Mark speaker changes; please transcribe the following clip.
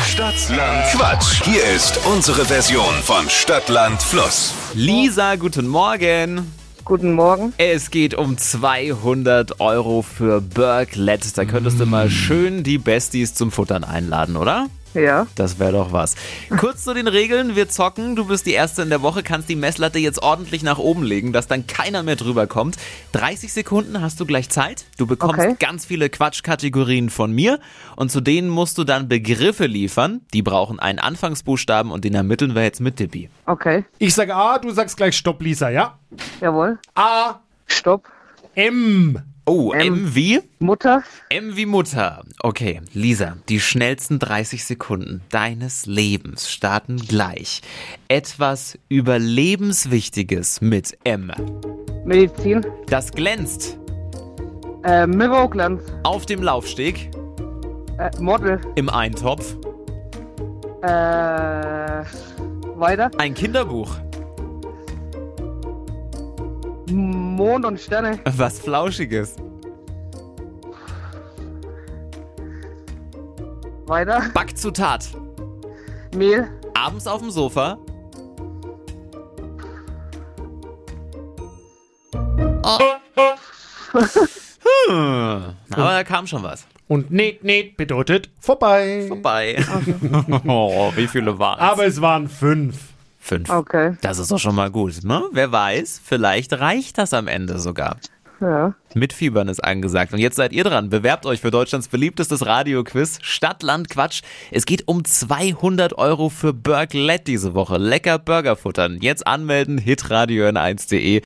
Speaker 1: Stadtland Quatsch. Hier ist unsere Version von Stadtland Fluss.
Speaker 2: Lisa, guten Morgen.
Speaker 3: Guten Morgen.
Speaker 2: Es geht um 200 Euro für Burglets. Da könntest du mal schön die Besties zum Futtern einladen, oder?
Speaker 3: Ja,
Speaker 2: Das wäre doch was. Kurz zu den Regeln. Wir zocken. Du bist die Erste in der Woche, kannst die Messlatte jetzt ordentlich nach oben legen, dass dann keiner mehr drüber kommt. 30 Sekunden hast du gleich Zeit. Du bekommst
Speaker 3: Okay.
Speaker 2: ganz viele Quatschkategorien von mir und zu denen musst du dann Begriffe liefern. Die brauchen einen Anfangsbuchstaben und den ermitteln wir jetzt mit Dippi.
Speaker 3: okay.
Speaker 4: Ich sage A, du sagst gleich Stopp, Lisa, ja?
Speaker 3: Jawohl.
Speaker 4: A,
Speaker 3: Stopp.
Speaker 4: M.
Speaker 2: Oh,
Speaker 3: M.
Speaker 2: M wie?
Speaker 3: Mutter.
Speaker 2: M wie Mutter. Okay, Lisa, die schnellsten 30 Sekunden deines Lebens starten gleich. Etwas Überlebenswichtiges mit M.
Speaker 3: Medizin.
Speaker 2: Das glänzt
Speaker 3: Äh, Milwauklands.
Speaker 2: auf dem Laufsteg,
Speaker 3: Äh, Model.
Speaker 2: im Eintopf,
Speaker 3: Äh, weiter.
Speaker 2: ein Kinderbuch,
Speaker 3: Mond und Sterne.
Speaker 2: was Flauschiges,
Speaker 3: Weiter.
Speaker 2: Backzutat,
Speaker 3: Mehl.
Speaker 2: abends auf dem Sofa. Oh. Hm. Aber da kam schon was.
Speaker 4: Und Net, Net bedeutet vorbei.
Speaker 2: Vorbei. Oh, wie viele waren
Speaker 4: Aber es waren fünf.
Speaker 2: Fünf.
Speaker 3: Okay.
Speaker 2: Das ist doch schon mal gut, ne? Wer weiß, vielleicht reicht das am Ende sogar.
Speaker 3: Ja.
Speaker 2: Mitfiebern ist angesagt. Und jetzt seid ihr dran. Bewerbt euch für Deutschlands beliebtestes Radioquiz Stadtland Quatsch. Es geht um 200 Euro für Burglet diese Woche. Lecker Burger futtern. Jetzt anmelden, hitradio n1.de.